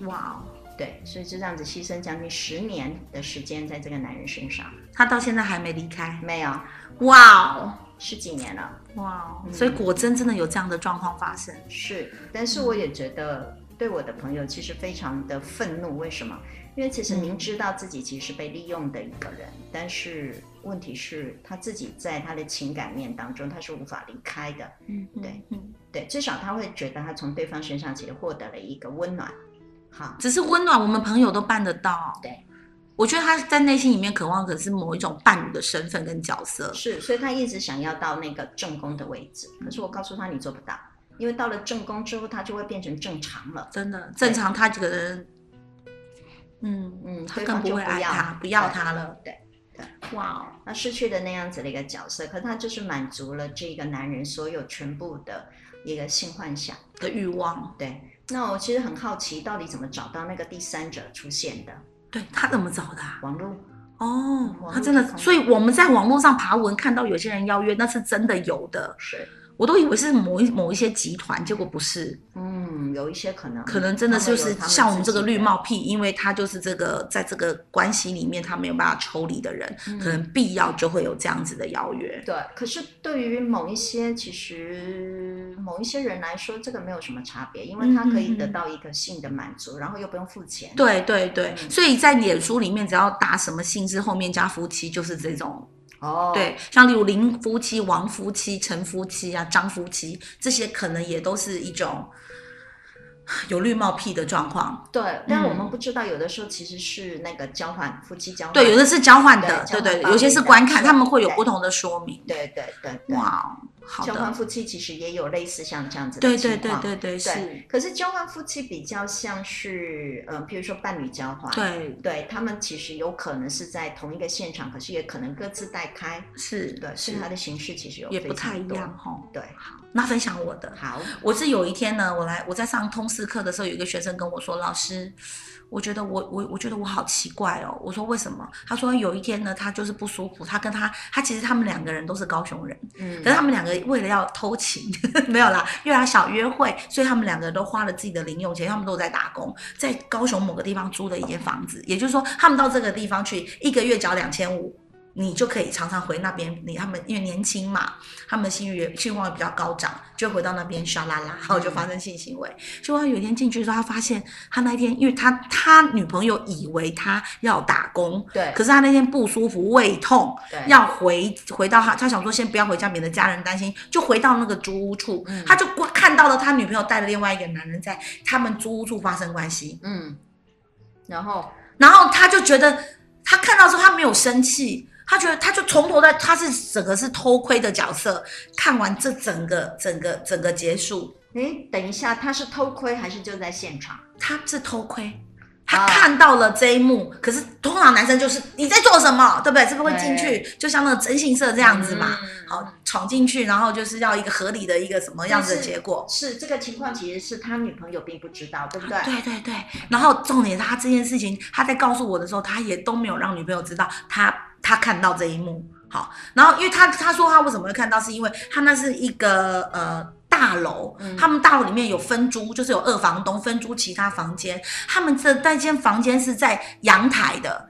哇哦，
对，所以就这样子牺牲将近十年的时间在这个男人身上，
他到现在还没离开，
没有
哇哦，
十几年了。
哇哦，
嗯
所以果真真的有这样的状况发生，
是，但是我也觉得对我的朋友其实非常的愤怒。为什么？因为其实
嗯
明知道自己其实被利用的一个人，但是问题是他自己在他的情感面当中他是无法离开的。
嗯，
对，
嗯，
对，至少他会觉得他从对方身上其实获得了一个温暖。好，
只是温暖，我们朋友都办得到，
对。
我觉得他在内心里面渴望可是某一种伴侣的身份跟角色，
是，所以他一直想要到那个正宫的位置，可是我告诉他你做不到，因为到了正宫之后，他就会变成正常了。
真的正常，他这个人，嗯，
嗯，
他
对
更
方
不
就
会爱
要
他，不要
对
他了。
对对，
哇哦，
他失去了那样子的一个角色，可他就是满足了这个男人所有全部的一个性幻想。
的欲望，
对，那我其实很好奇，到底怎么找到那个第三者出现的？
对他怎么找的、啊？
网络
哦
网，络
他真的
地，方
所以我们在网络上爬文看到有些人邀约，那是真的有的，
是，
我都以为是某一某一些集团，结果不是，
嗯，有一些可能，
可能真的
嗯他们
就
有
是
他们
像我们
自
这
己
个绿
的
帽癖，因为他就是这个在这个关系里面他没有办法抽离的人，
嗯
可能必要就会有这样子的邀约。
对，可是对于某一些其实某一些人来说，这个没有什么差别，因为他可以得
嗯嗯嗯
到一个性的满足，然后又不用付钱。
对对对，
嗯
所以在脸书里面，只要打什么姓氏后面加夫妻，就是这种。
哦，
对，像例如林夫妻、王夫妻、陈夫妻啊、张夫妻，这些可能也都是一种有绿帽癖的状况。
对，但我
嗯
们不知道，有的时候其实是那个交换夫妻交换，
对，有的是交换
对
的，
交
对
换
对，
暴
有些
力
是
的
观看，他们会有
对
不同的说明。
对对对对，
哇哦，好
交
的
换，夫妻其实也有类似像这样子的
对
情
对
况。
对对对，是。
可是交换夫妻比较像是，呃，比如说伴侣交换，
对，
对，他们其实有可能是在同一个现场，可是也可能各自带开，
是
对，
是
所以它的形式其实有
也不
非常
太一
多
样，哈。
对，
那分享我的，
好，
我是有一天呢，我来我在上通识课的时候，有一个学生跟我说，老师，我觉得我我我觉得我好奇怪哦。我说为什么？他说有一天呢，他就是不舒服，他跟他他其实他们两个人都是高雄人，
嗯
可是他们两个为了要偷情， (laughs) 没有啦，为了小约会，所以他们两个都花了自己的零用钱，他们都有在打工，在高雄某个地方租了一间房子，也就是说，他们到这个地方去，一个月缴两千五。你就可以常常回那边，你他们因为年轻嘛，他们性欲性欲望比较高涨，就回到那边刷啦
嗯
啦，然后就发生性行为。结果他有一天进去的时候，他发现他那一天，因为他他女朋友以为他要打工，
对
可是他那天不舒服，胃痛，
对
要回回到他，他想说先不要回家，免得家人担心，就回到那个租屋处，
嗯
他就光看到了他女朋友带了另外一个男人在他们租屋处发生关系，
嗯，然后
然后他就觉得他看到之后他没有生气，他觉得他就从头到他是整个是偷窥的角色，看完这整个整个整个结束，
哎，等一下，他是偷窥还是就在现场？
他是偷窥。他
啊
看到了这一幕，可是通常男生就是你在做什么，对不对？是不是会进去？就像那个征信社这样子嘛，
嗯
好闯进去，然后就是要一个合理的一个什么样子的结果。
是这个情况，其实是他女朋友并不知道，对不对？
啊对对对，然后重点是他这件事情，他在告诉我的时候，他也都没有让女朋友知道他他看到这一幕。好，然后因为他他说他为什么会看到，是因为他那是一个呃大楼，
嗯
他们大楼里面有分租，就是有二房东分租其他房间，他们这那间房间是在阳台的，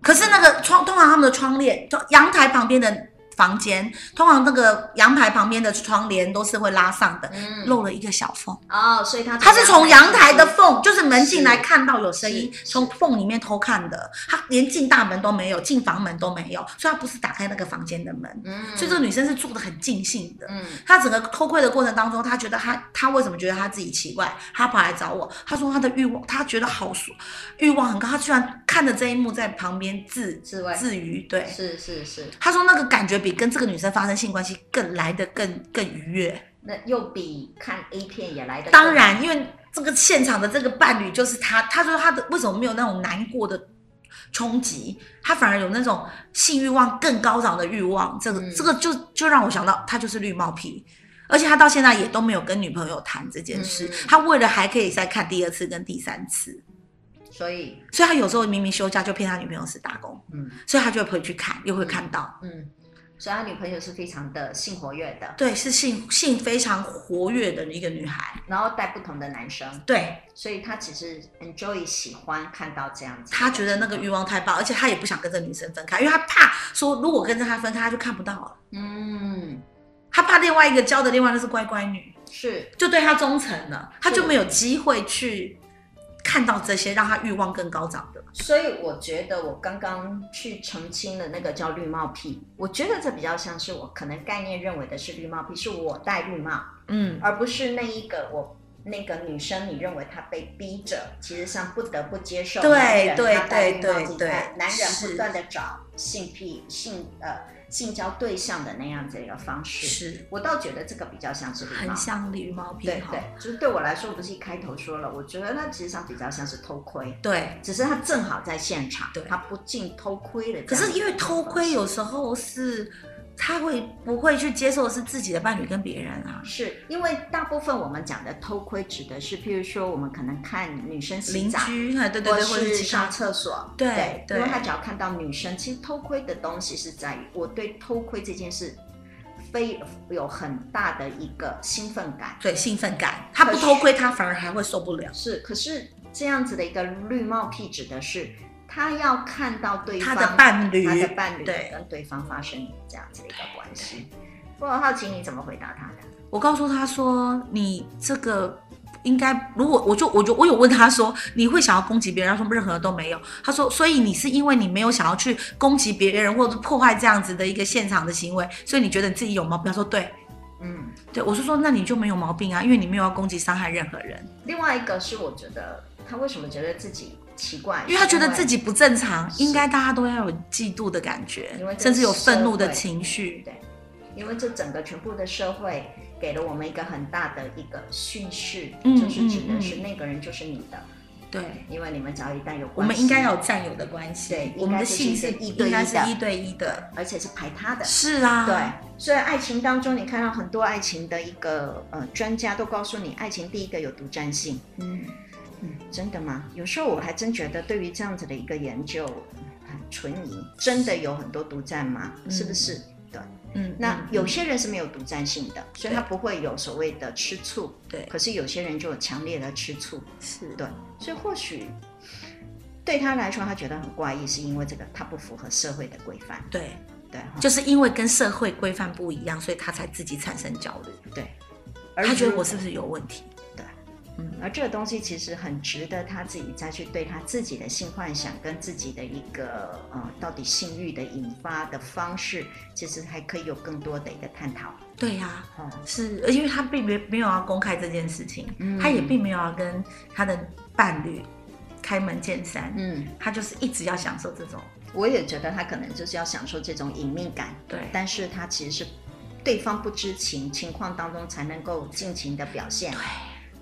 可是那个窗，通常他们的窗帘，就阳台旁边的房间，通常那个阳台旁边的窗帘都是会拉上的，
嗯
漏了一个小缝。
哦，所以他
他是从阳台的缝，就是门
是
进来看到有声音，
是
从缝里面偷看的。他连进大门都没有，进房门都没有，所以他不是打开那个房间的门。
嗯，
所以这个女生是做的很尽兴的。
嗯
她整个偷窥的过程当中，她觉得她她为什么觉得她自己奇怪？她跑来找我，她说她的欲望，她觉得好爽欲望很高，她居然看着这一幕在旁边自
自慰
自娱，对。
是是是，
她说那个感觉比跟这个女生发生性关系更来的更更愉悦。
那又比看 A 片也来的
当然，因为这个现场的这个伴侣就是她，她说她的为什么没有那种难过的冲击，她反而有那种性欲望更高涨的欲望。这个、
嗯
这个就就让我想到，她就是绿帽皮。而且她到现在也都没有跟女朋友谈这件事
嗯，
她为了还可以再看第二次跟第三次，
所以
所以她有时候明明休假就骗她女朋友是打工，
嗯
所以她就会回去看，又会看到。
嗯，所以他女朋友是非常的性活跃的，
对，是性性非常活跃的一个女孩。
然后带不同的男生，
对
所以他其实 enjoy 喜欢看到这样子，
她觉得那个欲望太棒，而且她也不想跟这个女生分开，因为她怕说如果跟着她分开，她就看不到了。
嗯
她怕另外一个交的另外那是乖乖女，
是
就对她忠诚了，她
是
就没有机会去看到这些让她欲望更高涨的。
所以我觉得我刚刚去澄清的那个叫绿帽癖，我觉得这比较像是我可能概念认为的是绿帽癖，是我戴绿帽，
嗯，
而不是那一个我那个女生，你认为她被逼着，其实上不得不接受
对
男人
对
他戴绿
对
帽子
对对
哎男人
是
不断的找性癖性呃性交对象的那样子一个方式。
是
我倒觉得这个比较像是礼貌
很。像狸猫癖
对
哈
对，就是对我来说，我不是一开头说了，我觉得那其实上比较像是偷窥，
对。
只是他正好在现场
对，
他不进偷窥了这样子。
可是因为偷窥有时候是他会不会去接受是自己的伴侣跟别人啊？
是因为大部分我们讲的偷窥指的是，譬如说我们可能看女生洗
邻
澡，
居，哎，对对对，
或
或者
是
其他
上厕所，
对对
因为他只要看到女生，其实偷窥的东西是在于我对偷窥这件事非有很大的一个兴奋感，
对兴奋感，他不偷窥，他反而还会受不了。
是，可是这样子的一个绿帽癖指的是。他要看到对
他
方
的伴侣
他的伴侣
对
跟对方发生这样子的一个关系。我很好奇你怎么回答他的？
我告诉他说，你这个应该，如果我就我就我有问他说，你会想要攻击别人？他说任何都没有。他说，所以你是因为你没有想要去攻击别人或者破坏这样子的一个现场的行为，所以你觉得你自己有毛病？他说对
嗯，
对，我是说那你就没有毛病啊，因为你没有要攻击伤害任何人，
另外一个是，我觉得他为什么觉得自己奇怪？
因为他觉得自己不正常，
是
应该大家都要有嫉妒的感觉
因为这，个
甚至有愤怒的
社会
情绪。
因为，因为这整个全部的社会给了我们一个很大的一个训示，
嗯
就是指的是
嗯嗯
那个人就是你的，
对，
因为你们只要一旦有关系，
我们应该要有占有的关系
对，
我们
应
的
该
性
就是
是
一对一的
应该是一对一的，
而且是排他的。
是啊，
对，所以爱情当中，你看到很多爱情的一个呃专家都告诉你，爱情第一个有独占性。
嗯。
嗯，真的吗？有时候我还真觉得，对于这样子的一个研究很存疑，真的有很多独占吗？
嗯
是不是？对。
嗯，
那
嗯
有
嗯
些人是没有独占性的，所以他
对
不会有所谓的吃醋。
对
可是有些人就有强烈的吃醋，
是
对。所以或许对他来说，他觉得很怪异，是因为这个他不符合社会的规范。
对，
对，哈
就是因为跟社会规范不一样，所以他才自己产生焦虑，
对。而
他觉得
如
我是不是有问题？
对，
嗯，
而这个东西其实很值得他自己再去对他自己的性幻想跟自己的一个呃，到底性欲的引发的方式，其实还可以有更多的一个探讨。
对呀、
哦，
是，而因为他并没没有要公开这件事情，
嗯
他也并没有要跟他的伴侣开门见山，
嗯，
他就是一直要享受这种，
我也觉得他可能就是要享受这种隐秘感，
对，
但是他其实是对方不知情情况当中才能够尽情的表现。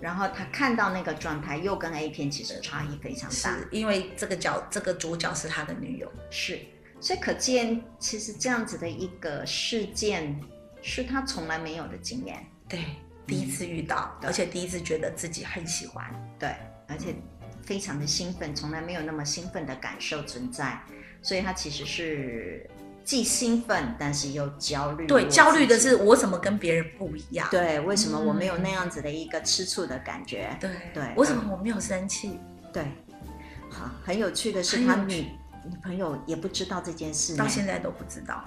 然后他看到那个状态，又跟 A 片其实差异非常大。
是因为这个角这个主角是他的女友，
是，所以可见，其实这样子的一个事件是他从来没有的经验，
对，第一次遇到，
对
而且第一次觉得自己很喜欢，
对，而且非常的兴奋，从来没有那么兴奋的感受存在，所以他其实是既兴奋，但是又焦虑。
对，焦虑的是嗯
我自己，
我怎么跟别人不一样，
对，为什么我没有那样子的一个吃醋的感觉？
对，
对
我怎么我没有生气？
对，好，很有趣的是，
很
他
有
女
趣
女朋友也不知道这件事呢，
到现在都不知道。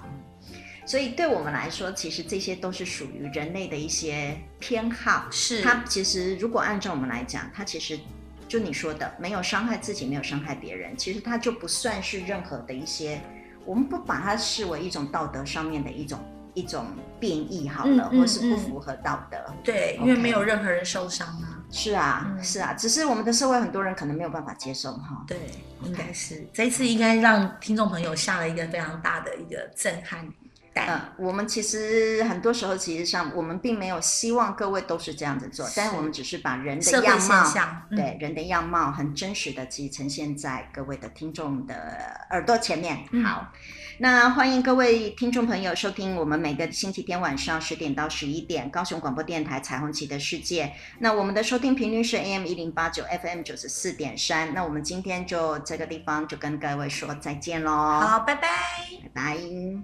所以对我们来说，其实这些都是属于人类的一些偏好。
是
它其实如果按照我们来讲，它其实就你说的，没有伤害自己，没有伤害别人，其实它就不算是任何的一些，我们不把它视为一种道德上面的一种一种变异好了，
嗯嗯
或是不
嗯
符合道德。
对，因为没有任何人受伤啊。
是啊，
嗯
是啊，只是我们的社会很多人可能没有办法接受哈。
对，应该是这一次应该让听众朋友下了一个非常大的一个震撼
嗯
弹。，
我们其实很多时候，其实上我们并没有希望各位都是这样子做，但是我们只是把人
社
的
会
样
现
貌，
象，嗯
对人的样貌很真实的，其实呈现在各位的听众的耳朵前面。
嗯
好，那欢迎各位听众朋友收听我们每个星期天晚上十点到十一点高雄广播电台《彩虹旗的世界》。那我们的收听频率是 AM 一零八九 FM 九十四点三。那我们今天就这个地方就跟各位说再见喽，
好，拜拜。
拜拜。